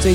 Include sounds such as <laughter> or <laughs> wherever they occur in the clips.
最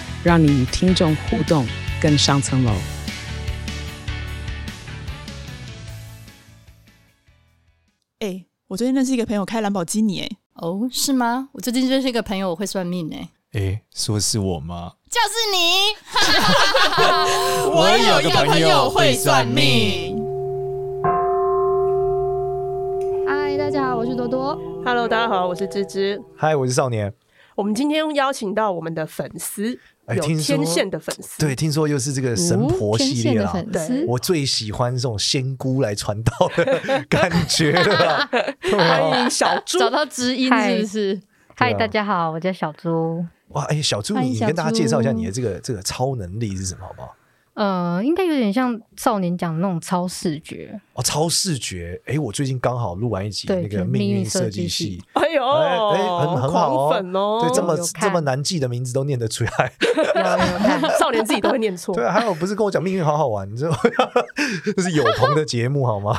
让你与听众互动更上层楼。哎、我最近认识一个朋友开兰博基尼、哎，哦，是吗？我最近认识一个朋友，我会算命呢、诶，说是我吗？就是你。我有个朋友会算命。嗨，大家好，我是多多。 Hello，大家好，我是芝芝。嗨，我是少年。我们今天邀请到我们的粉丝，哎有听说天线的粉丝，对，，听说又是这个神婆天系哦线列的啦。粉丝，我最喜欢这种仙姑来传道的感觉了啦。对欢啊迎哎小猪。找到知音嗨是不是？嗨，对啊大家好，我叫小猪。 <laughs> 哇，哎，小猪，欢迎你小跟大家介绍一下你的猪这个这个超能力是什么，好不好？呃，应该有点像少年讲的那种超视觉，哦，超视觉。哎，我最近刚好录完一集对那就个是命命运运设设计计系系，哎呦，哎哎，很很好狂哦。粉哦，对，这么有这看么难记的名字都念得出来。有有看哎少年自己都会念错对。啊，还有不是跟我讲命运好好玩，你知道吗， <laughs> 这是有朋的节目好吗？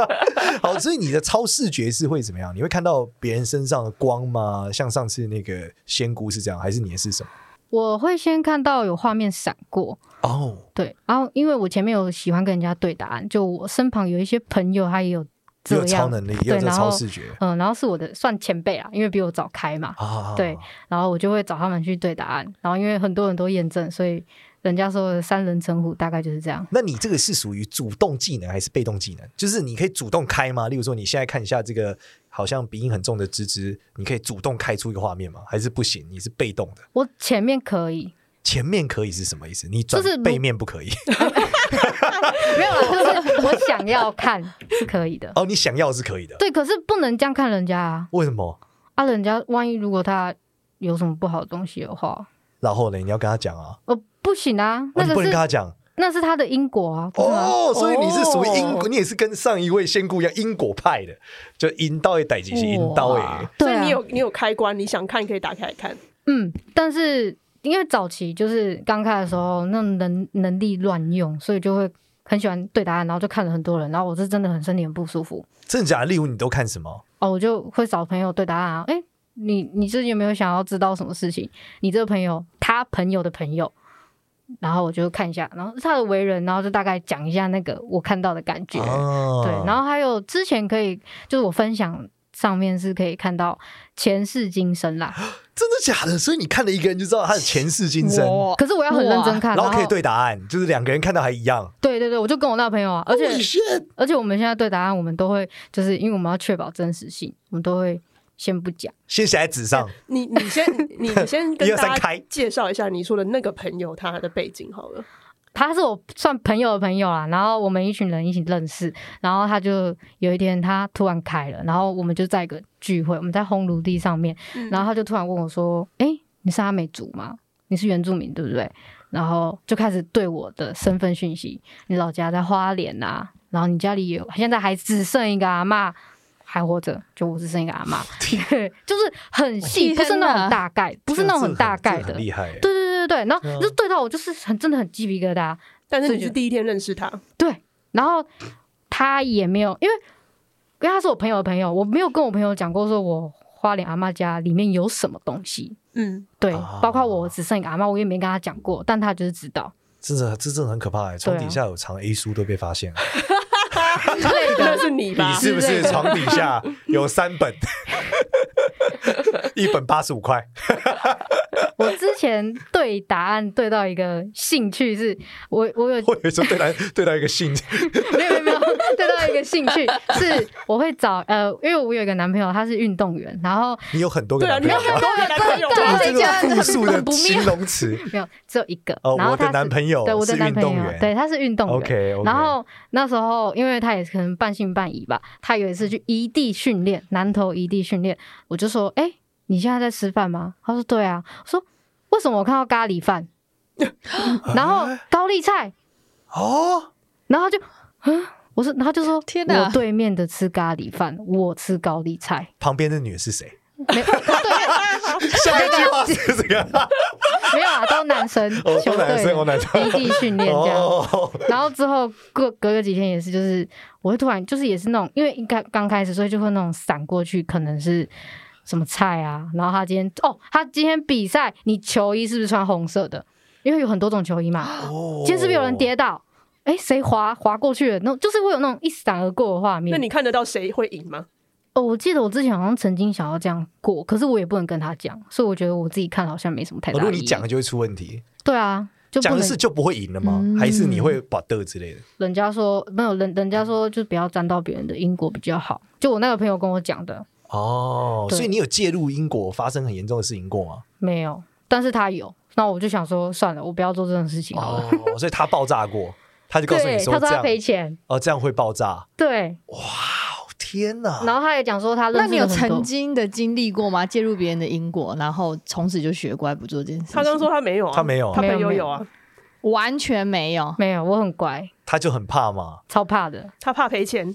<laughs> 好，所以你的超视觉是会怎么样？你会看到别人身上的光吗？像上次那个仙姑是这样，还是你的是什么？我会先看到有画面闪过，哦，对，然后因为我前面有喜欢跟人家对答案，就我身旁有一些朋友他也有也这有超样，能力，也有对，这个然超后视觉嗯、然后是我的算前辈啊，因为比我早开嘛，啊，对然后我就会找他们去对答案，然后因为很多人都验证，所以人家说的三人成虎大概就是这样。那你这个是属于主动技能还是被动技能？就是你可以主动开吗？例如说，你现在看一下这个好像鼻音很重的芝芝，你可以主动开出一个画面吗？还是不行？你是被动的。我前面可以，前面可以是什么意思？你转就是如背面不可以 <laughs> 没有啦，就是我想要看是可以的。哦，你想要是可以的。对，可是不能这样看人家啊！为什么？啊，人家万一如果他有什么不好的东西的话，然后呢，你要跟他讲啊，呃，不行啊，哦那你不个能跟是、他讲那是他的因果啊，不是吗？哦，所以你是属于因果，哦你也是跟上一位仙姑一样因果派的，就阴道也逮几些阴道哎哇，所对以啊，你有你有开关，你想看可以打开来看。嗯，但是因为早期就是刚开的时候，那能能力乱用，所以就会很喜欢对答案，然后就看了很多人，然后我是真的很身体很不舒服真的假的？例如你都看什么？哦，我就会找朋友对答案啊，哎、你你最近有没有想要知道什么事情？你这个朋友，他朋友的朋友，然后我就看一下，然后他的为人，然后就大概讲一下那个我看到的感觉，啊对，然后还有之前可以就是我分享上面是可以看到前世今生啦，真的假的？所以你看了一个人就知道他的前世今生，可是我要很认真看，然后可以对答案，就是两个人看到还一样。对对对，我就跟我那个朋友啊，而且 Holy shit！而且我们现在对答案，我们都会就是因为我们要确保真实性，我们都会先不讲。先写在纸上，你你先你你先跟一二三大开家介绍一下你说的那个朋友他的背景好了。他是我算朋友的朋友啦，然后我们一群人一起认识，然后他就有一天他突然开了，然后我们就在一个聚会，我们在烘炉地上面，嗯然后他就突然问我说：“哎、你是阿美族吗？你是原住民对不对？”然后就开始对我的身份讯息，你老家在花莲啊，然后你家里有现在还只剩一个阿嬷还活着，就我只剩一个阿嬷， <laughs> 对，就是很细，天不是那哪种大概，不是那种很大概这个的很，厉害。对对对对，然对啊后就对到我就是很真的很鸡皮疙瘩，但是所以你是就第一天认识他，对，然后他也没有，因为因为他是我朋友的朋友，我没有跟我朋友讲过说我花莲阿嬷家里面有什么东西，嗯，对，啊包括我只剩一个阿嬷，我也没跟他讲过，但他就是知道，真的，这真的很可啊怕哎！床底下有藏 A 书都被发现了， <laughs> 那是你吧啊你？是不是床底下有三 <laughs> 本，一本八十五块？我之前对答案对到一个兴趣是，我我 <laughs> 有我有时候对他对到一个信，没有没有没有，对到一个兴趣是我会找呃，因为我有一个男朋友他是运动员，然后你有很多个对啊，男朋你友要 <laughs> 吗，很多个男朋友对吗啊？这对啊个复数的很不妙形容 <laughs> 词没有只有一个，哦然后我的他是男朋友对我的是男运朋动友员，对他是运动员。 OK，OK 然后那时候因为他也是可能半信半疑吧，他有一次去异地训练，南投异地训练，我 <laughs> 就说：“哎、你现在在吃饭吗？”他说：“对啊。”我说：“为什么我看到咖喱饭？”然后高丽菜，哦，然后他就嗯，我说，然后就说，天哪我对面的吃咖喱饭，我吃高丽菜，旁边的女的是谁？ <laughs> 没下一句话是这个， <laughs> 没有啊，都男生哦球都男队生，我的男生。异地训练这样。哦，然后之后过隔个几天也是，就是我会突然就是也是那种，因为一刚刚开始，所以就会那种闪过去，可能是什么菜啊。然后他今天哦，他今天比赛，你球衣是不是穿红色的？因为有很多种球衣嘛。哦今天是不是有人跌倒？哎，谁滑滑过去了？那种就是会有那种一闪而过的画面。 <laughs> 那你看得到谁会赢吗？哦，我记得我之前好像曾经想要这样过，可是我也不能跟他讲，所以我觉得我自己看好像没什么太哦？大如意义。果你讲了就会出问题，对啊，就不讲能的是就不会赢了吗？嗯还是你会把的之类的？人家说没有人，人家说就不要沾到别人的因果比较好。就我那个朋友跟我讲的，哦，对所以你有介入英国发生很严重的事情过吗？没有，但是他有。那我就想说，算了，我不要做这种事情好了。哦，所以他爆炸过，他就告诉你对，说他这说他样赔钱，哦，这样会爆炸。对，哦天哪！然后他也讲说他认那识你有了很多曾经的经历过吗？介入别人的因果，然后从此就学乖，不做这件事情。他刚说他没有啊，他没有啊他朋没有友没有有啊，完全没有，没有，我很乖，他就很怕嘛。超怕的。他怕赔钱，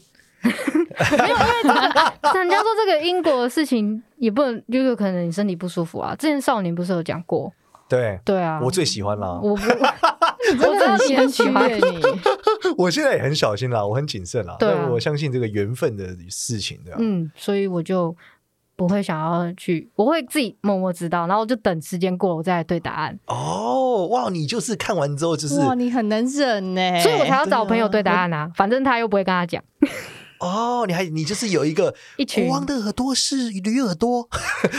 人家说这个因果的事情也不能，就是可能你身体不舒服啊。之前少年不是有讲过，对，对啊，我最喜欢啦，我不 <laughs> 我真的很喜谦虚欢耶你。我现在也很小心啦，我很谨慎啦。对啊但我相信这个缘分的事情，对吧？嗯，所以我就不会想要去，我会自己默默知道，然后就等时间过了我再来对答案，哦，哇，你就是看完之后就是 <laughs> 哇，你很能忍哎呢，所以我才要找朋友对答案啊。反正他又不会跟他讲，哦，你还你就是有一个一群国王的耳朵是驴耳朵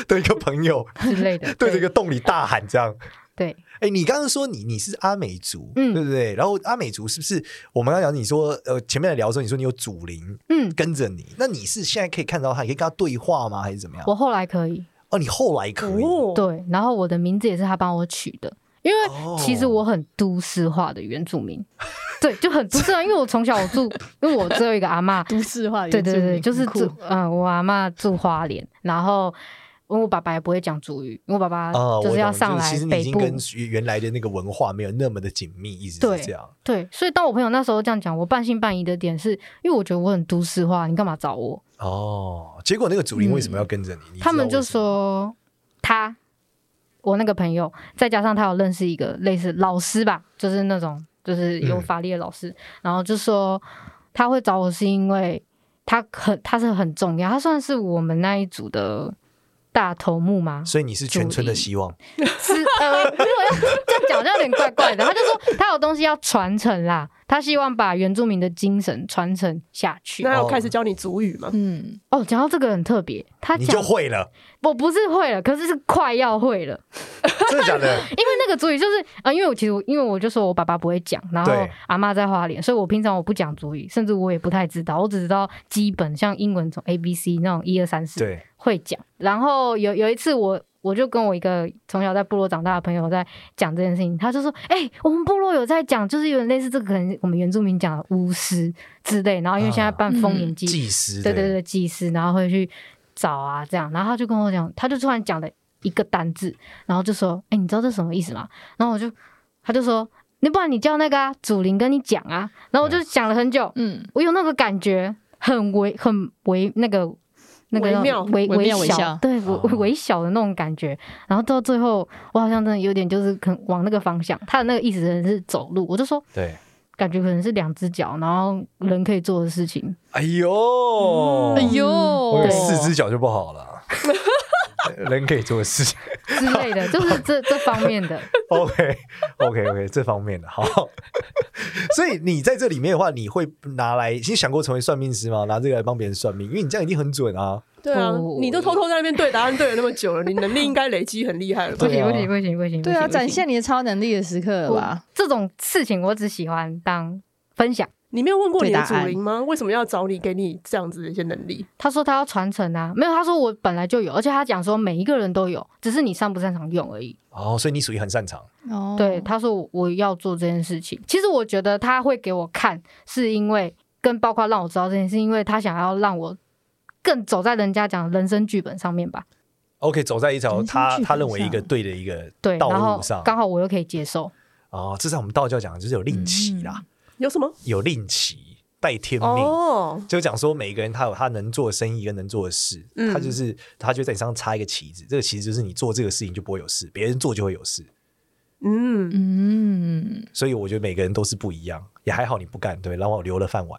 的一个朋友，之类的。 <laughs> 对着一个洞里大喊这样。对，哎，你刚刚说你你是阿美族，嗯对不对？然后阿美族是不是我们刚刚讲你说呃前面在聊的时候你说你有祖灵嗯，跟着你，那你是现在可以看到他，你可以跟他对话吗？还是怎么样我？后来可以，哦，你后来可以，哦，对，然后我的名字也是他帮我取的，因哦为其实我很都市化的原 <laughs> 住民，对，就很都市化，因为我从小我住，因为我只有一个阿 <laughs> 嬷，都市化的对原住对民，对，就是很酷住，嗯，我阿嬷住花莲，然后。因为我爸爸也不会讲主语，因为我爸爸啊，就是要我懂上其来实你已北经部，跟原来的那个文化没有那么的紧密，一直对是这样。对，所以当我朋友那时候这样讲，我半信半疑的点是，因为我觉得我很都市化，你干嘛找我？哦，结果那个主灵为什么要跟着你？你知道嗯他们就为什么说他，我那个朋友，再加上他有认识一个类似老师吧，就是那种就是有嗯法力的老师，然后就说他会找我是因为他很他是很重要，他算是我们那一组的大头目吗？ <laughs> 所以你是全村的希望是呃，如果要这样讲，好像有点怪怪的。他就说他有东西要传承啦，他希望把原住民的精神传承下去。那要开哦始教你主语吗？嗯，哦，讲到这个很特别，他你就讲会了，我不是会了，可是是快要会了，真的假 <laughs> 的？因为那个主语就是啊、呃因为我其实我因为我就说我爸爸不会讲，然后对阿妈在花莲，所以我平常我不讲主语，甚至我也不太知道，我只知道基本像英文从 A B C 那种一二三四，对，会讲。然后有有一次我。我就跟我一个从小在部落长大的朋友在讲这件事情，他就说：“哎、我们部落有在讲，就是有点类似这个，可能我们原住民讲的巫师之类。然后因为现在嗯办丰年祭，祭司对对对，祭司，然后会去找啊这样。然后他就跟我讲，他就突然讲了一个单字，然后就说：“哎、你知道这什么意思吗？”然后我就，他就说：“那不然你叫那个啊，祖灵跟你讲啊。”然后我就想了很久，嗯，我有那个感觉，很微很微那个那个微妙微微妙微小，笑对微哦微微小的那种感觉。然后到最后，我好像真的有点就是可能往那个方向，他的那个意思可能是走路，我就说对。感觉可能是两只脚，然后人可以做的事情。哎呦，嗯哎呦，哦我有四只脚就不好了。 <laughs> 人可以做的事情之类的，就是这这方面的。 ，OK OK OK，这 <laughs> 方面的好。所以你在这里面的话，你会拿来，你想过成为算命师吗？拿这个来帮别人算命，因为你这样一定很准啊。对啊不，你都偷偷在那边对答案对了那么久了，你能力应该累积很厉害了吧不？对行啊不行不行不行！对不啊，行展现你的超能力的时刻了我吧？这种事情，我只喜欢当分享。你没有问过你的对祖答案灵吗？为什么要找你给你这样子的一些能力？他说他要传承啊，没有，他说我本来就有，而且他讲说每一个人都有，只是你擅不擅长用而已。哦，所以你属于很擅长哦，对，他说我我要做这件事情。其实我觉得他会给我看，是因为跟包括让我知道这件事，是因为他想要让我更走在人家讲的人生剧本上面吧。 ，OK，走在一条人生他剧他本认为一个上对的一个对，道然后路上，刚好我又可以接受， <laughs> 哦，这在我们道教讲的就是有令旗啦，有什么？有令旗拜天命。哦，就讲说每一个人他有他能做的生意跟能做的事，嗯他就是他就在你身上插一个旗子，这个旗子就是你做这个事情就不会有事，别人做就会有事。嗯，嗯，所以我觉得每个人都是不一样，也还好你不干，对，然后我留了饭碗。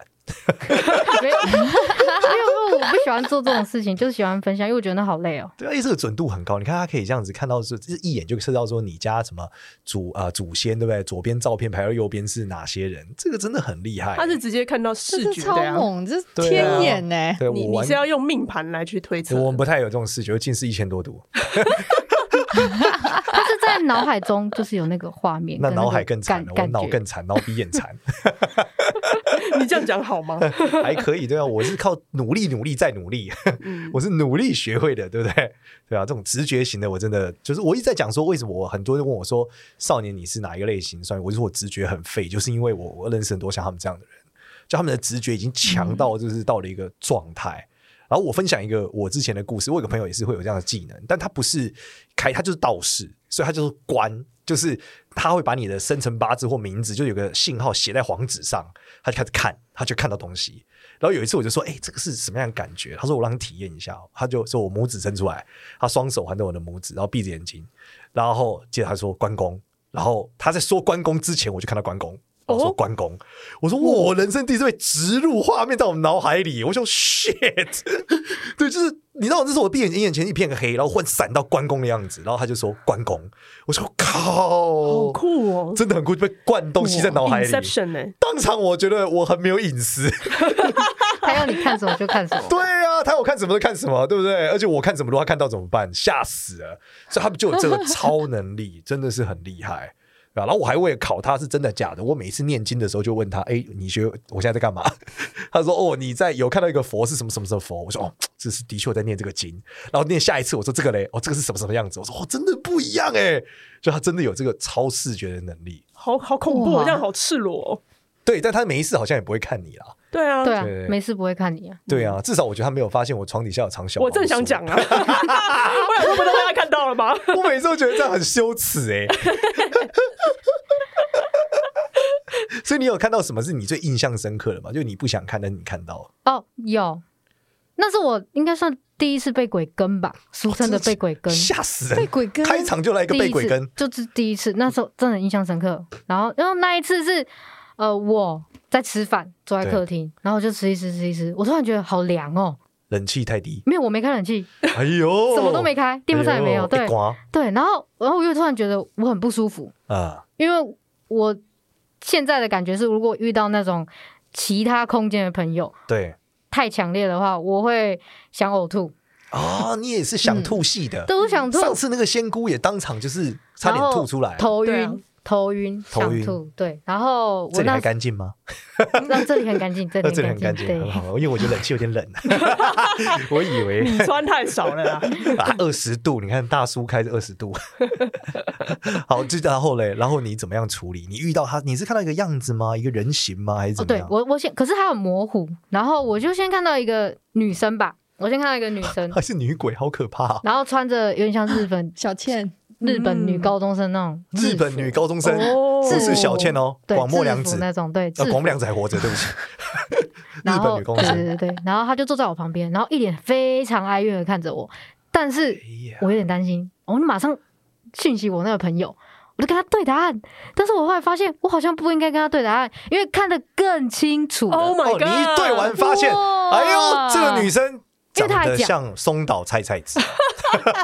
没有，没有， <laughs> 因为我不喜欢做这种事情，就是喜欢分享，因为我觉得那好累哦。对啊，因为这个准度很高，你看他可以这样子看到是，就是一眼就知道说你家什么祖啊、祖先，对不对？左边照片排到右边是哪些人，这个真的很厉害。他是直接看到视这觉啊超的呀。猛，这是对啊天眼呢、对你我你玩是要用命盘来去推测的，我们不太有这种事觉，就近视一千多 <laughs> 度。 <laughs> 但是在脑海中就是有那个画面，那跟个脑海更惨了，我感感脑觉更惨，脑比眼残，你这样讲 <laughs> 好吗？还可以对啊，我是靠努力、努力再努力， <laughs> 我是努力学会的，对不对？对啊，这种直觉型的，我真的就是我一直在讲说，为什么我很多人问我说，少年你是哪一个类型？算我就说我直觉很废，就是因为我我认识很多像他们这样的人，就他们的直觉已经强到就是到了一个状态。然后我分享一个我之前的故事，我有个朋友也是会有这样的技能，但他不是开，他就是道士，所以他就是官，就是他会把你的生辰八字或名字，就有个信号写在黄纸上，他就开始看，他就看到东西。然后有一次我就说：“哎、这个是什么样的感觉？”他说：“我让你体验一下哦。”他就说我拇指伸出来，他双手环着我的拇指，然后闭着眼睛，然后接着他说关公，然后他在说关公之前，我就看到关公。我说哦关公，我说哇我人生第一次被植入画面到我们脑海里，我就 shit，对，就是你知道，这是我闭眼睛眼前一片黑，然后忽然闪到关公的样子，然后他就说关公，我说靠，好酷哦真的很酷，就被灌东西在脑海里。 ，Inception 哎，当场我觉得我很没有隐私，他要你看什么就看什 <laughs> 么。对啊，他有看什么就看什么，对不对？而且我看什么如果他看到怎么办？吓死了！所以他们就有这个超能力，真的是很厉害。对啊，然后我还为了考他是真的假的，我每一次念经的时候就问他：“哎，你学我现在在干嘛？” <laughs> 他说：“哦，你在有看到一个佛是什么什么什么佛？”我说：“哦，这是的确我在念这个经。”然后念下一次我说：“这个嘞，哦，这个是什么什么样子？”我说：“哦，真的不一样哎！”就他真的有这个超视觉的能力。好好恐怖，哦，哇这样好赤裸。哦。对，但他每一次好像也不会看你啦。对啊，对啊对，没事不会看你啊。对啊，至少我觉得他没有发现我床底下有藏小。嗯我正想讲，啊， <laughs> 我想说不都被他看到了吗？ <laughs> 我每次都觉得这样很羞耻哎、 <laughs> 所以你有看到什么是你最印象深刻的吗？就你不想看，但你看到哦，有，那是我应该算第一次被鬼跟吧，俗称的被鬼跟。哦吓死人！被鬼跟开场就来一个第一被次鬼跟，就是第一次，那时候真的印象深刻。然后，然后那一次是，呃，我在吃饭，坐在对客厅，然后就吃一吃吃一吃，我突然觉得好凉哦，冷气太低，没有，我没开冷气，哎呦，什么都没开，电风扇也没哎有，呦对一刮对。然后，然后我又突然觉得我很不舒服，啊，因为我现在的感觉是，如果遇到那种其他空间的朋友对太强烈的话，我会想呕吐，啊，你也是想吐戏的。嗯都想吐，上次那个仙姑也当场就是差点然后吐出来，头对啊晕。头晕，头想晕吐，对，然后这我里那还干净吗？哦让这里很干净，这里 <laughs> 这里很很干干净，净，对很，好，因为我觉得冷气有点冷， <laughs> 我以为你穿太少了啦，啊，二十度，你看大叔开是二十度。 <laughs> 好，就然后嘞，然后你怎么样处理？你遇到他，你是看到一个样子吗？一个人形吗？还是哦，怎么对样？，我我先，可是它很模糊，然后我就先看到一个女生吧，我先看到一个女 <laughs> 生还是女鬼，好可怕、啊然后穿着有点像日本小倩，日本女高中生那种日本女高中生，哦不是小倩哦，对广末凉制子服，那种，对，制呃，服广末凉子还活着，对不起。 <laughs> 然日本后女高中对生，对对，对然后她就坐在我旁边，然后一脸非常哀怨的看着我，但是哎呀我有点担心，我就马上讯息我那个朋友，我就跟他对答案，但是我后来发现我好像不应该跟他对答案，因为看得更清楚了。<laughs>，Oh 哦， my 你 god！一对完发现，哇哎呦，这个女生因长为她还得讲像松岛菜菜子，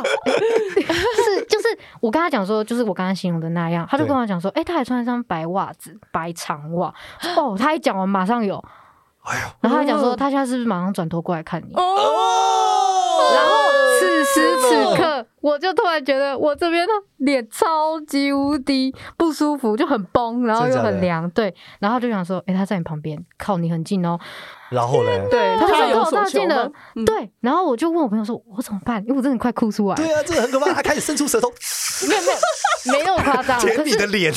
是，就是我跟他讲说，就是我刚刚形容的那样，他就对跟我讲说，哎、他还穿了双白袜子、白长袜。哦，他一讲完马上有，哎呦，然后他讲说，他现在是不是马上转头过来看你？哦，然后此时此刻，我就突然觉得我这边的脸超级无敌不舒服，就很崩，然后又真的假的很凉，对。然后他就想说，哎、他在你旁边，靠你很近哦，然后嘞，对，他就他说有靠我所太求近了吗？，嗯对。然后我就问我朋友说，我怎么办？因为我真的快哭出来了，对啊，这个很可怕，她开始伸出舌 <laughs> 头没有没有没那么 <laughs> 夸张，啊可舔是你的脸，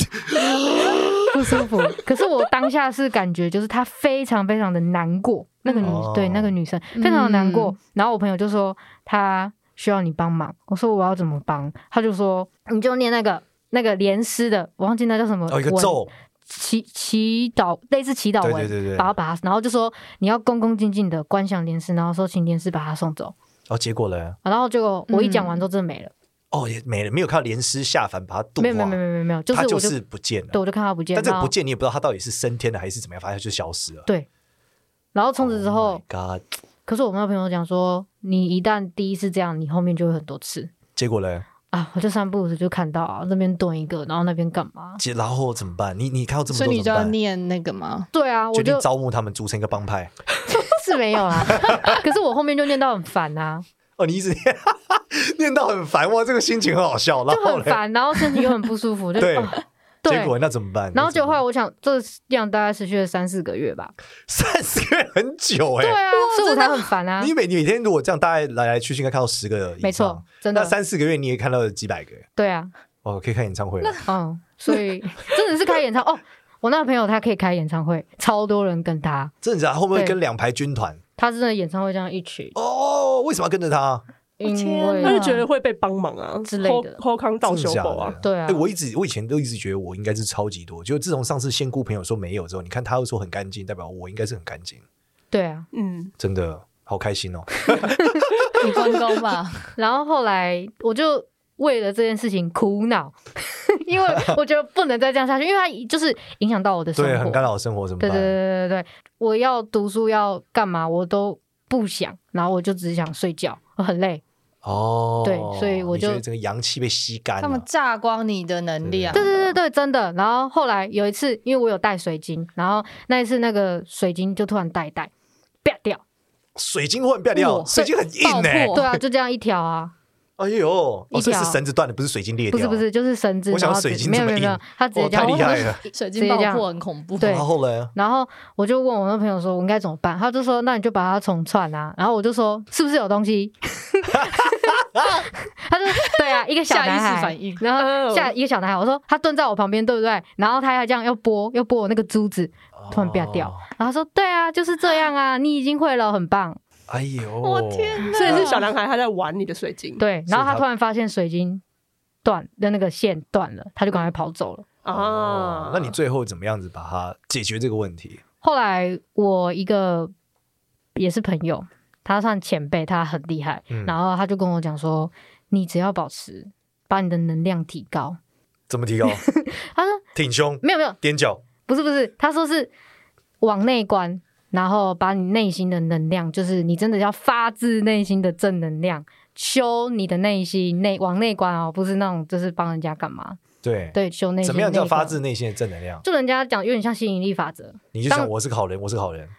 <laughs> 不舒服。可是我当下是感觉，就是她非常非常的难过，那个女、哦对那个女生非常的难过。然后我朋友就说她需要你帮忙，我说我要怎么帮？她就说你就念那个那个连诗的，我忘记那叫什么哦，一个文咒，祈祈祷类似祈祷文，对对对对把它把它，然后就说你要恭恭敬敬的观想莲师，然后说请莲师把他送走。哦，结果呢？然后结果我一讲嗯完之后，真的没了，哦，也没了，没有看到连诗下凡把他度化，没有没有没有没有没有没有，就是他我就就是不见了。对我就看他不见，但这然个后不见，你也不知道他到底是升天了还是怎么样，反正他就消失了。对，然后从此之后 Oh my God，可是我们的朋友讲说，你一旦第一次这样，你后面就会很多次结果呢？啊。我就散步时就看到啊，那边蹲一个，然后那边干嘛？结然后怎么办？你你看到这么所以多你就怎要么办？念那个吗？对啊，我决定就招募他们组成一个帮派。 <laughs> 是没有啦。 <laughs> 可是我后面就念到很烦啊，哦，你一直念到很烦哇，这个心情很 <laughs> 好笑。然就后很呢？烦，然后身体又很不舒服，就、对哦、结对。果那怎么办？然后那怎就么后来办我想，这样大概持续了三四个月 <laughs> 吧。三十个月很久哎、对啊，所以我才很烦啊你。每你每天如果这样，大概来来去去应该看到十个以上，没错，真那的，三四个月你也看到了几百个欸，对啊，哦，可以看演唱会了。嗯，<laughs> 所以真的是开演唱哦。我那个朋友他可以开演唱会，超多人跟他，这你知道他会不会对跟两排军团？他真的演唱会这样一曲，哦，为什么要跟着他？因为他就觉得会被帮忙啊嗯之类的后康到修真的假狗啊的，对啊欸我一直我以前都一直觉得我应该是超级多，就自从上次仙姑朋友说没有之后，你看他又说很干净，代表我应该是很干净，对啊。嗯，真的好开心哦。你关公吧， <laughs> 然后后来我就为了这件事情苦恼， <laughs> 因为我觉得不能再这样下去，因为它就是影响到我的生活。对，很干扰我生活怎么对办？对对对对对，我要读书要干嘛我都不想，然后我就只想睡觉，我很累。哦，对所以我你觉就得整个阳气被吸干他们了。榨光你的能量。对对对对，真的。然后后来有一次，因为我有带水晶，然后那一次那个水晶就突然带一带，啪掉。水晶会很漂亮，哇水晶很硬爆呢、破对啊，就这样一条 <laughs> 啊，哎呦，哦，一所以条是绳子断了，不是水晶裂掉。不是不是，就是绳子。我想然后水晶没有这么没有没有硬，他直接哇，这样太厉害了。水直晶接爆这样破很恐怖。对然后呢？然后我就问我那朋友说，我应该怎么办？他就说，那你就把它重串啊。然后我就说，是不是有东西？ <laughs> 他就对啊，一个小下意男识孩，反应哦然后下一个小男孩，我说他蹲在我旁边，对不对？然后他还这样要拨，要拨我那个珠子，突然啪掉。哦然后他说，对啊，就是这样啊，你已经会了，很棒。哎呦，我天哪！所以是小男孩他在玩你的水晶，啊对，所以然后他他突然发现水晶断的那个线断了，他就赶快跑走了。啊哦， <laughs> 那你最后怎么样子把它解决这个问题？后来我一个也是朋友，他算前辈，他很厉害，嗯然后他就跟我讲说，你只要保持把你的能量提高。怎么提高？ <laughs> 他说挺胸、没有没有，踮脚，不是不是，他说是往内观，然后把你内心的能量，就是你真的要发自内心的正能量。修你的内心内往内观哦，不是那种就是帮人家干嘛？对，对，修内心怎么样叫内观发自内心的正能量？就人家讲有点像吸引力法则，你就想当我是个好人，我是个好人。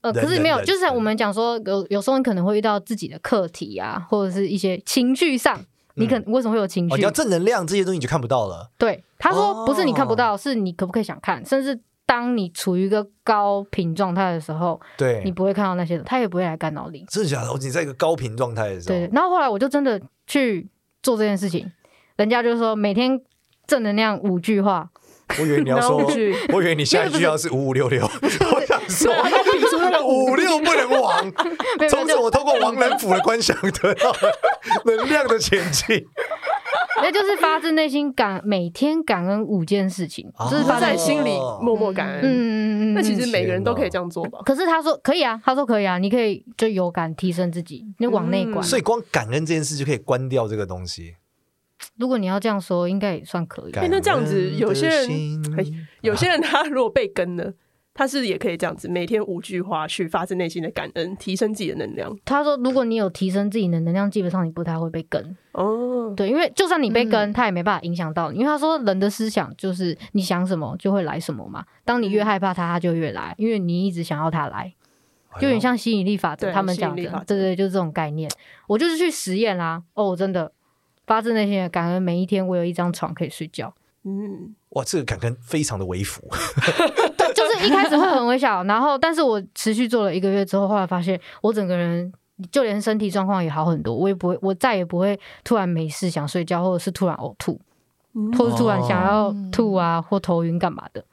呃，人可是没有，人就是人我们讲说有有时候你可能会遇到自己的课题啊，或者是一些情绪上，你可能为什么会有情哦，你绪？要正能量这些东西你就看不到了。对，他哦说不是你看不到，是你可不可以想看，甚至。当你处于一个高频状态的时候，对你，不会看到那些的，他也不会来干扰你。真的假的？哦你在一个高频状态的时候，对，然后后来我就真的去做这件事情，人家就说每天正能量五句话，我以为你要说，然后去我以为你下一句要是五五六六，我想 <laughs> 说，啊比出那个五六不能亡，没有没有从此我通过王仁甫的观想得到了能量的前进。那就是发自内心感每天感恩五件事情， <laughs> 就是哦发自他在心里默默感嗯恩。嗯嗯嗯，那其嗯实每个人都可以这样做吧？可是他说可以啊，他说可以啊，你可以就有感提升自己，你往内观。啊嗯所以光感恩这件事就可以关掉这个东西。如果你要这样说，应该也算可以。感恩那这样子有些人的心哎有些人他如果被跟了，他是也可以这样子，每天五句话去发自内心的感恩，提升自己的能量。他说，如果你有提升自己的能量，基本上你不太会被跟。哦，对，因为就算你被跟，嗯他也没办法影响到你，因为他说人的思想就是你想什么就会来什么嘛。当你越嗯害怕他，他就越来，因为你一直想要他来，哎呦就有点像吸引力法则，对他们讲吸引力的法，则对对，就是这种概念。我就是去实验啦、哦，真的发自内心的感恩，每一天我有一张床可以睡觉。嗯，哇，这个感恩非常的微服，就是一开始会很微小，然后但是我持续做了一个月之后，后来发现我整个人就连身体状况也好很多，我也不会，我再也不会突然没事想睡哦嗯觉，或者是突然呕吐，或者是突然想要吐啊、或头晕干嘛的。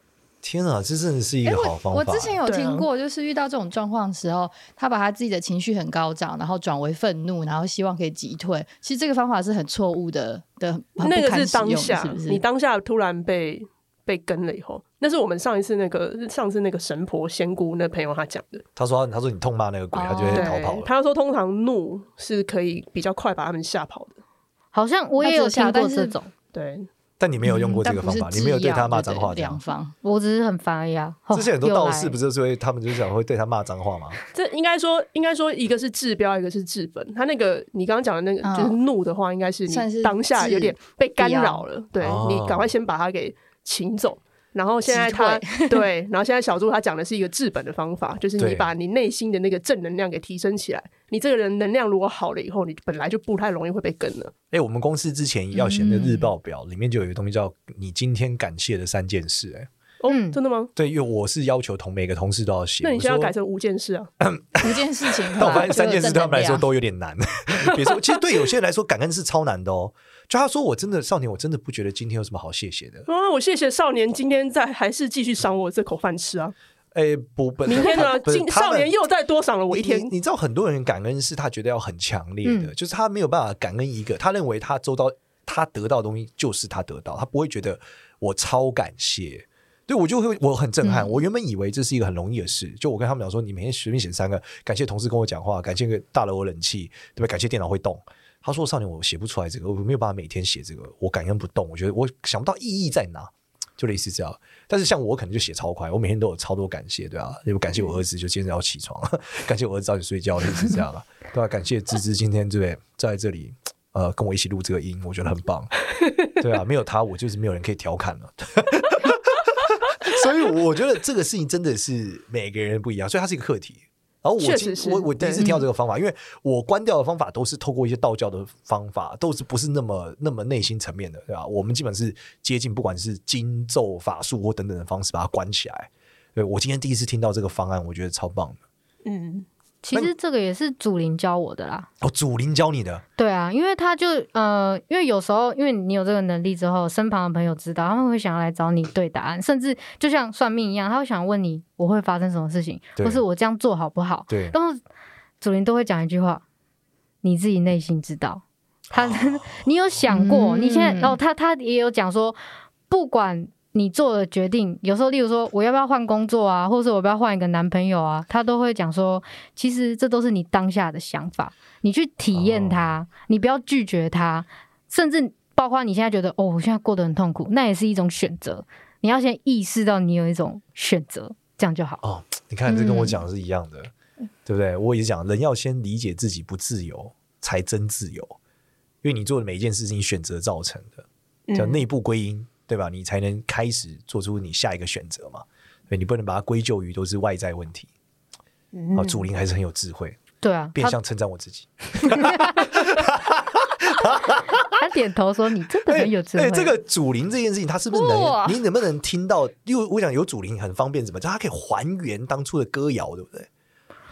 天啊，这真的是一个好方法。哎我之前有对啊听过，就是遇到这种状况的时候，他把他自己的情绪很高涨，然后转为愤怒，然后希望可以击退。其实这个方法是很错误的，的很不那个堪是使当用下，是不是？你当下突然被被跟了以后，那是我们上一次那个上次那个神婆仙姑那朋友他讲的，他说他说你痛骂那个鬼，哦他就会对逃跑，了。他说通常怒是可以比较快把他们吓跑的，好像我也有听他过只有吓但这是种，对，但你没有用嗯过这但个不方是法，制你没有对药他骂就脏话这两样。方我只是很烦而已啊。哦之前很多又道来士不是就会，他们就想会对他骂脏话吗？这应该说应该说一个是治标，一个是治本。他那个你刚刚讲的那个、嗯就是怒的话，应该是算是你当下有点被干扰了，对哦你赶快先把他给请走。然后现在他对，然后现在小朱他讲的是一个治本的方法，就是对你把你内心的那个正能量给提升起来。你这个人能量如果好了以后，你本来就不太容易会被跟了。哎、我们公司之前要写的日报表、里面就有一个东西叫“你今天感谢的三件事、哎，哦，嗯真的吗？对，因为我是要求同每个同事都要写。那你我现在要说改成五件事啊？ <laughs> 五件事情，但我发现三件事对他们来就说有正能量都有点难。 <laughs> 比如说，其实对有些人来说，感恩是超难的哦。就他说，我真的少年，我真的不觉得今天有什么好谢谢的。啊，我谢谢少年今天在，还是继续赏我这口饭吃啊！哎，不，不明天呢， <laughs> 不是今他少们年又再多赏了我一你天嗯你。你知道很多人感恩是他觉得要很强烈的，就是他没有办法感恩一个，他认为他周到他得到的东西就是他得到，他不会觉得我超感谢。对，我就会我很震撼。嗯我原本以为这是一个很容易的事，就我跟他们讲说，你每天随便写三个，感谢同事跟我讲话，感谢个大楼有冷气，对吧？感谢电脑会动。他说：“少年，我写不出来这个，我没有办法每天写这个，我感恩不动，我觉得我想不到意义在哪。”就类似这样，但是像我可能就写超快，我每天都有超多感谢，对啊，因为感谢我儿子就今天要起床， <laughs> 感谢我儿子早点睡觉，类似这样 <laughs> 啊，对啊，感谢芝芝今天对不对在这里呃跟我一起录这个音，我觉得很棒，对啊，没有他我就是没有人可以调侃了。 <laughs> 所以我觉得这个事情真的是每个人不一样，所以它是一个课题。然后我确今实是我我第一次对听到这个方法，因为我关掉的方法都是透过一些道教的方法，都是不是那么那么内心层面的，对吧？我们基本是接近不管是经咒、法术或等等的方式把它关起来。对我今天第一次听到这个方案，我觉得超棒的。嗯，其实这个也是祖灵教我的啦。哦，祖灵教你的，对啊，因为他就呃，因为有时候因为你有这个能力之后，身旁的朋友知道，他们会想要来找你对答案，甚至就像算命一样，他会想问你我会发生什么事情，对或是我这样做好不好。对，然后祖灵都会讲一句话：“你自己内心知道。他” <laughs> 你有想过？嗯你现在，然后他他也有讲说，不管你做的决定，有时候例如说我要不要换工作啊，或者是我要不要换一个男朋友啊，他都会讲说，其实这都是你当下的想法，你去体哦验它，你不要拒绝它，甚至包括你现在觉得哦，我现在过得很痛苦，那也是一种选择。你要先意识到你有一种选择，这样就好。哦，你看这跟我嗯讲的是一样的，对不对？我也讲，人要先理解自己不自由，才真自由。因为你做的每一件事情，选择造成的，嗯叫内部归因，对吧？你才能开始做出你下一个选择嘛。对，你不能把它归咎于都是外在问题。啊，祖林还是很有智慧，对啊，变他相称赞我自己。他点头说：“你真的很有智慧。哎这个祖灵这件事情，它是不是能哇？你能不能听到？因为我想有祖灵很方便，怎么？就它可以还原当初的歌谣，对不对？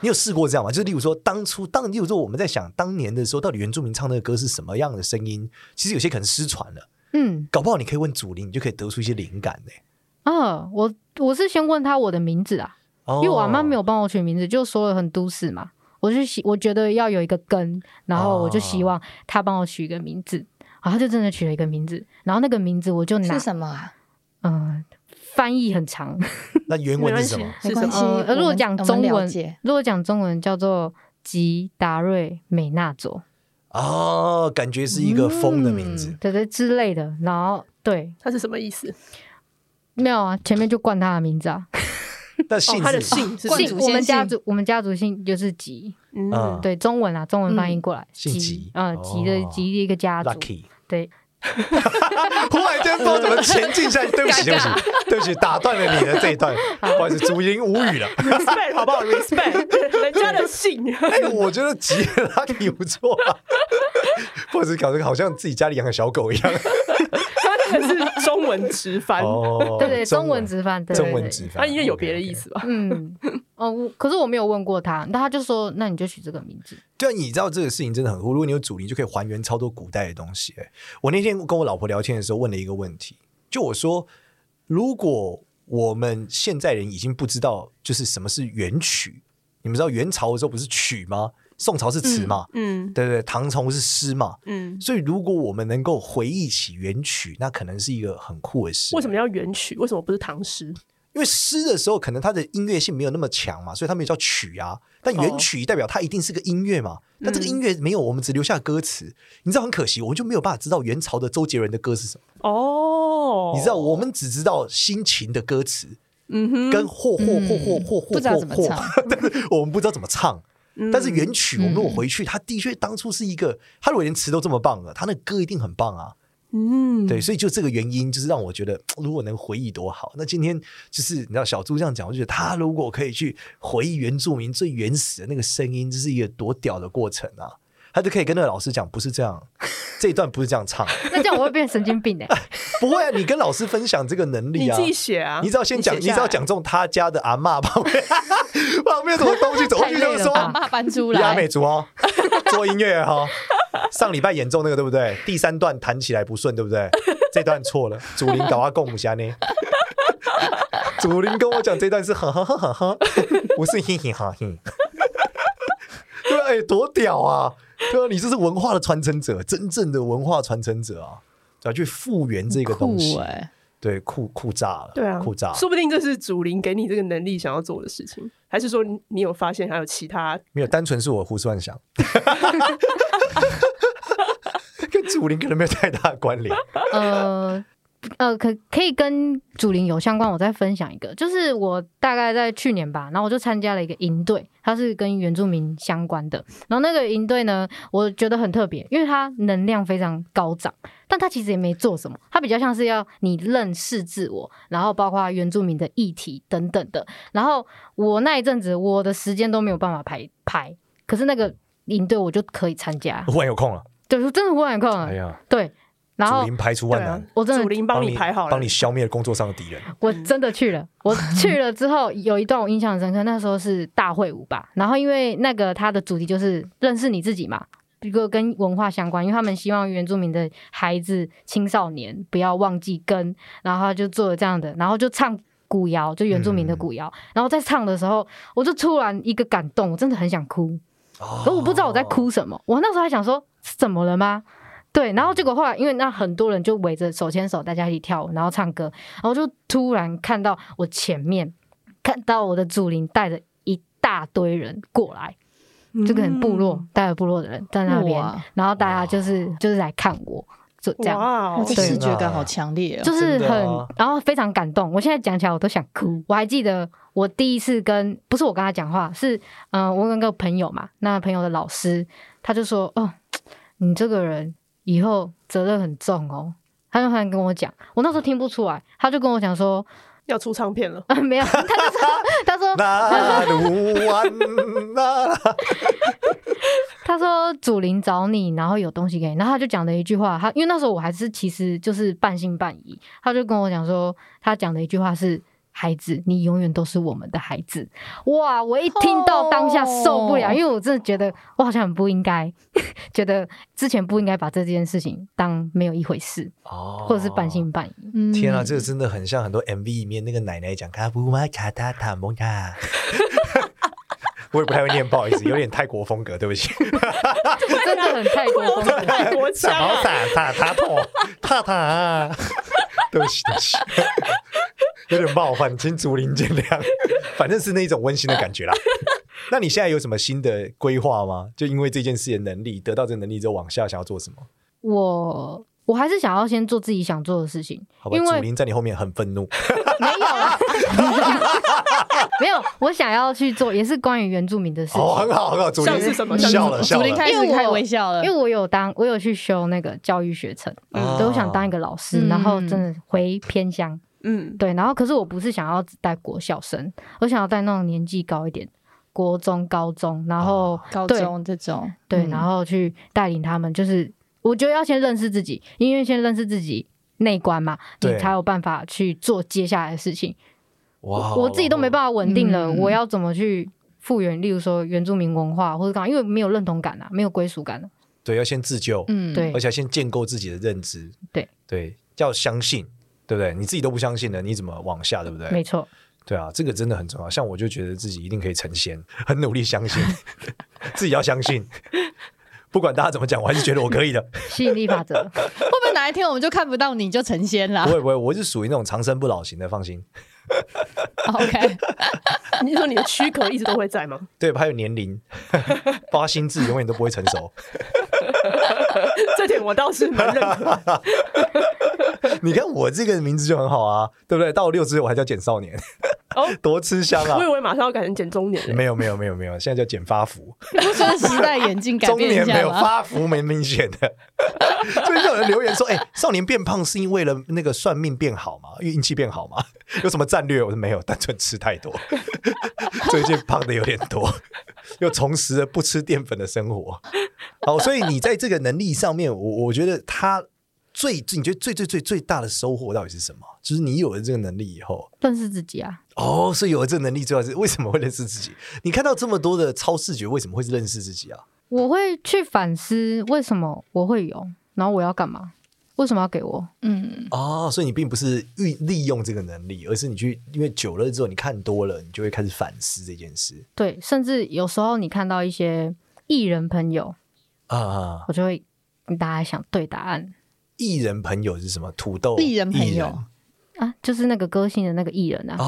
你有试过这样吗？就是例如说，当初当例如说我们在想当年的时候，到底原住民唱那个歌是什么样的声音？其实有些可能失传了，嗯搞不好你可以问祖灵，你就可以得出一些灵感呢、啊，我我是先问他我的名字啊，哦因为我阿妈没有帮我取名字，就说了很都市嘛。我就希我觉得要有一个根，然后我就哦希望他帮我取一个名字，然后他就真的取了一个名字，然后那个名字我就拿是什么啊？嗯、翻译很长， <laughs> 那原文是什没么关？系没是关什系么？呃，如我果们讲我们中了文解，如果讲中文叫做吉达瑞美纳佐，哦，感觉是一个风的名字嗯。对对之类的，然后对，它是什么意思？没有啊，前面就冠他的名字啊，那哦姓，他的是姓是冠冠不是祖姓我们先家姓族我们家族姓就是吉，嗯嗯，对中文啊，中文翻译过来，姓吉啊，哦吉的吉的一个家族， Lucky。对， <laughs> 忽然间不知道怎么前进下去，对不起，对不起，对不起，打断了你的这一段，不好意思，主音无语了。 <laughs> ，respect 好不好？respect 人家的姓，哎、我觉得吉尔拉克不错啊， <laughs> 或者搞得好像自己家里养的小狗一样。他那个是中文直翻，哦对对，中文直翻，对中对文对直翻，他应该有别的意。思吧？ <laughs> 嗯，哦，我可是我没有问过他，那他就说，那你就取这个名字，对啊，你知道这个事情真的很酷。如果你有主力，就可以还原超多古代的东欸西、哎我那天跟我老婆聊天的时候问了一个问题，就我说，如果我们现在人已经不知道就是什么是元曲。你们知道元朝的时候不是曲吗？宋朝是词嘛，嗯对不对？唐朝是诗嘛。嗯，所以如果我们能够回忆起元曲，那可能是一个很酷的事。为什么？要元曲？为什么不是唐诗？因为诗的时候，可能它的音乐性没有那么强嘛，所以他们也叫曲啊。但哦元曲代表它一定是个音乐嘛，但这个音乐没有，我们只留下歌词。你知道很可惜，我们就没有办法知道元朝的周杰伦的歌是什么。哦，你知道，我们只知道辛勤的歌词，嗯跟嚯嚯嚯嚯嚯嗯不嚯知道怎么嚯唱嗯嚯， <laughs> 对对我们不知道怎么唱。哼，但是元原曲，我们如果回去，它的确当初是一个，它如果连词都这么棒了，它那歌一定很棒啊。嗯对，所以就这个原因，就是让我觉得，如果能回忆多好。那今天就是你知道小猪这样讲，我就觉得他如果可以去回忆原住民最原始的那个声音，这是一个多屌的过程啊！他就可以跟那个老师讲，不是这样，这一段不是这样唱， <laughs> 那这样我会变神经病哎、不会啊！你跟老师分享这个能力你啊自。己写啊，你只要先讲，你写只下来要讲中他家的阿嬷旁边， <laughs> 旁边有什么东西走过去就太累了说吧把妈搬出亚来，美族哦， <laughs> 做音乐哈、哦。上礼拜演奏那个对不对？第三段弹起来不顺对不对？这段错了，祖林搞阿贡母虾呢？ <laughs> 祖林跟我讲这段是哈哈哈哈哈，不是嘿嘿哈嘿。对啊，哎、多屌啊！对啊，你这是文化的传承者，真正的文化传承者啊！只要去复原这个东西，酷哎对，酷酷炸了，对啊，酷炸了。说不定这是祖灵给你这个能力想要做的事情，还是说你你有发现还有其他？没有，单纯是我胡思乱想， <laughs> 跟祖灵可能没有太大关联。呃呃，可可以跟祖灵有相关，我再分享一个，就是我大概在去年吧，然后我就参加了一个营队，它是跟原住民相关的。然后那个营队呢，我觉得很特别，因为它能量非常高涨，但它其实也没做什么，它比较像是要你认识自我，然后包括原住民的议题等等的。然后我那一阵子，我的时间都没有办法排排，可是那个营队我就可以参加，忽然有空了，对，我真的忽然有空了，哎呀，对。然祖后灵排除嗯对万啊难，，我真的祖灵帮你排好了，帮你消灭工作上的敌 <laughs> 人。我真的去了，我去了之后有一段我印象很深刻，那时候是大会舞吧，然后因为那个它的主题就是认识你自己嘛，一个跟文化相关，因为他们希望原住民的孩子、青少年不要忘记根，然后他就做了这样的，然后就唱古谣，就原住民的古谣，然后在唱的时候，我就突然一个感动，我真的很想哭，哦可我不知道我在哭什么。我那时候还想说，是怎么了吗？对，然后结果后来，因为那很多人就围着手牵手，大家一起跳舞，然后唱歌，然后就突然看到我前面看到我的祖灵带着一大堆人过来，这个很部落带着部落的人在那边哇，然后大家就是就是来看我，就这样，哇我哦，的对视觉感好强烈哦，就真是的很啊，然后非常感动。我现在讲起来我都想哭。我还记得我第一次跟不是我跟他讲话，是嗯、呃我跟个朋友嘛，那朋友的老师他就说：“哦，你这个人以后责任很重哦。”他就突然跟我讲，我那时候听不出来，他就跟我讲说 <laughs> 要出唱片了：“啊、没有。”他就说：“ <laughs> 他说那鲁湾那他说祖灵找你，然后有东西给你，然后他就讲了一句话，他因为那时候我还是其实就是半信半疑，他就跟我讲说，他讲的一句话是。孩子，你永远都是我们的孩子！哇，我一听到当下受不了哦因为我真的觉得我好像很不应该， <laughs> 觉得之前不应该把这件事情当没有一回事，哦或者是半。信半疑。嗯天啊，这个真的很像很多 MV 里面那个奶奶讲卡布玛卡塔塔蒙 <laughs> 卡。我也不太会念，不好意思，有点泰国风格，对不起。我 <laughs> 真的很泰国 <laughs> 风格。泰国腔好啊，傻塔塔头塔塔，对不起，对不起，有点冒犯，请竹林见谅。反正是那一种温馨的感觉啦。那你现在有什么新的规划吗？就因为这件事的能力，得到这个能力之后，往下想要做什么？我我还是想要先做自己想做的事情，好吧，因为竹林在你后面很愤怒。没有啦，没有。我想要去做，也是关于原住民的事情。哦，很好，很好，竹林像是什么笑了，笑祖灵嗯了。开始因为我开微笑了，因为我有当，我有去修那个教育学程，哦对，我想当一个老师，嗯然后真的回偏乡，嗯，对，然后可是我不是想要只带国小生，我想要带那种年纪高一点，国中、高中，然后高对中这种对，嗯然后去带领他们，就是我觉得要先认识自己，因为先认识自己内观嘛，你对才有办法去做接下来的事情。哇哦我自己都没办法稳定了，嗯我要怎么去复原？例如说原住民文化或者干嘛，因为没有认同感啊，没有归属感啊。对，要先自救，嗯对而且要先建构自己的认知。对对，要相信。对不对？你自己都不相信的，你怎么往下，对不没对？错，对啊，这个真的很重要。像我就觉得自己一定可以成仙， <laughs> 很努力相信，自己要相信。不管大家怎么讲，我还是觉得我可以 <laughs> 的。吸引力法则。会不会哪一天我们就看不到你就成仙啦不会不会，我是属于那种长生不老型的，放心。 <laughs> ？OK， <laughs> 你说你的躯壳一直都会在吗？对，还有年龄， <laughs> 包括心智永远都不会成熟。 <laughs> 这点我倒是蛮 <laughs> 认可。你看我这个名字就很好啊，对不对？到我六十岁我还叫简少年，哦， <laughs> 多吃香啊我以！为马上要改成减中年了。没有没有没有没有，现在叫减发福，你不觉得时代眼镜 <laughs> 改中变年一没下有吗？发福，没明显的。 <laughs> 最近有人留言说：“哎、少年变胖是因为了那个算命变好吗？运气变好吗？ <laughs> 有什么战略？”我说没有，单纯吃太多， <laughs> 最近胖的有点多，又重拾了不吃淀粉的生活。好，所以你在这个能力上面，我我觉得他最你觉得最最最最大的收获到底是什么？就是你有了这个能力以后，认识自己啊，哦，所以有了这个能力，最后是为什么会认识自己？你看到这么多的超视觉，为什么会认识自己啊？我会去反思为什么我会有，然后我要干嘛，为什么要给我？嗯，哦，所以你并不是运利用这个能力，而是你去，因为久了之后，你看多了，你就会开始反思这件事对，甚至有时候你看到一些艺人朋友，啊。我就会大家想对答案艺人朋友是什么？土豆艺人朋友艺人啊，就是那个歌星的那个艺人啊，哦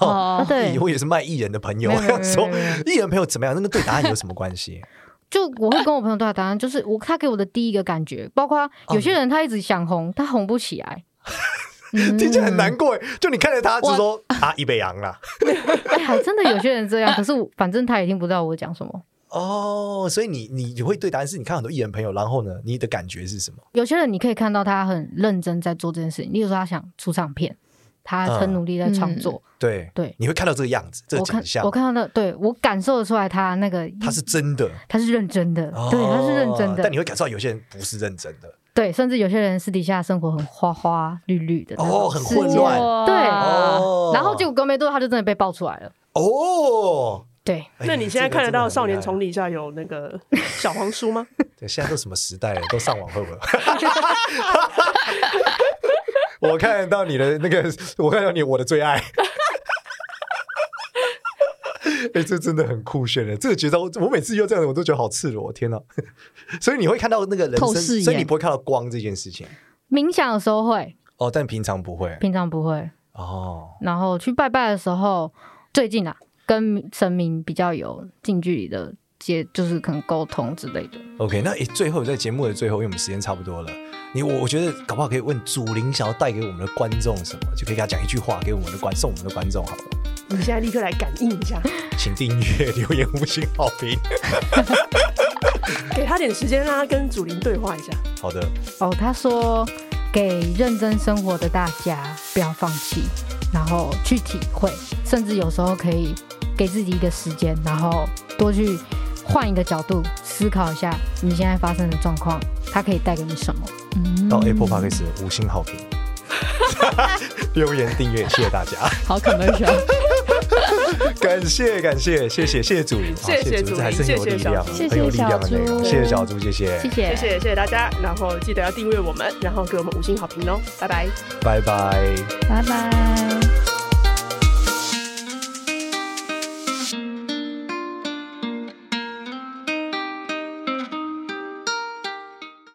哦 <laughs> 啊哦，对，我也是卖艺人的朋友，没我有没有要说没有没有艺人朋友怎么样？那个对答案有什么关系？就我会跟我朋友对答案，就是我他给我的第一个感觉，包括哦有些人他一直想红，他红不起 <laughs> 来， <laughs> 嗯听起来很难过耶。欸就你看着他，就说啊，一北洋啦。哎，还真的有些人这样，可是我反正他也听不到我讲什么。哦，所以你你你会对答案是，你看很多艺人朋友，然后呢，你的感觉是什么？有些人你可以看到他很认真在做这件事情，例如说他想出唱片，他很努力在创作，对对你会看到这个样子，嗯这个我看景象我，看到的，对我感受得出来他那个他是真的，他是认真的，对，他是认真哦但你的，会感受到有些人不是认真的，对，甚至有些人私底下生活很花花绿绿的那种哦很是混乱哇对哦然后结果隔没多久他就真的被爆出来了，哦。对，哎那你现在看得到《少年丛》这个真的很厉林》下有那个小黄书 <laughs> 吗？害对，现在都什么时代了，都上网会不会？ <laughs> 我看得到你的那个，我看到你我的最爱。 <laughs> 哎、这真的很酷炫欸的，这个绝招，我每次用这样的我都觉得好赤裸，天哪！ <laughs> 所以你会看到那个人透视生，眼所以你不会看到光这件事情冥想的时候会，哦，但平常不会平常不会，哦。然后去拜拜的时候，最近啊跟神明比较有近距离的接，就是可能沟通之类的。 OK，那诶，最后在节目的最后，因为我们时间差不多了，你我我觉得搞不好可以问祖灵想要带给我们的观众什么，就可以给他讲一句话给我们的观送我们的观众好了，你现在立刻来感应一下，请订阅、留言、五星好评。给他点时间，让他跟祖林对话一下。好的，哦，他说给认真生活的大家不要放弃，然后去体会，甚至有时候可以给自己一个时间，然后多去换一个角度思考一下你现在发生的状况，它可以带给你什么。到嗯 Apple Podcast 五星好评， <laughs> 留言订阅，谢谢大家， <laughs> 好 commercial，感谢感谢谢谢谢谢祖灵，好谢谢祖祖灵，灵还是很有力量，谢谢小猪很有力量的内容，谢谢小猪谢谢小猪，谢谢，谢谢谢谢谢谢大家，然后记得要订阅我们，然后给我们五星好评哦，拜拜。拜拜。拜拜。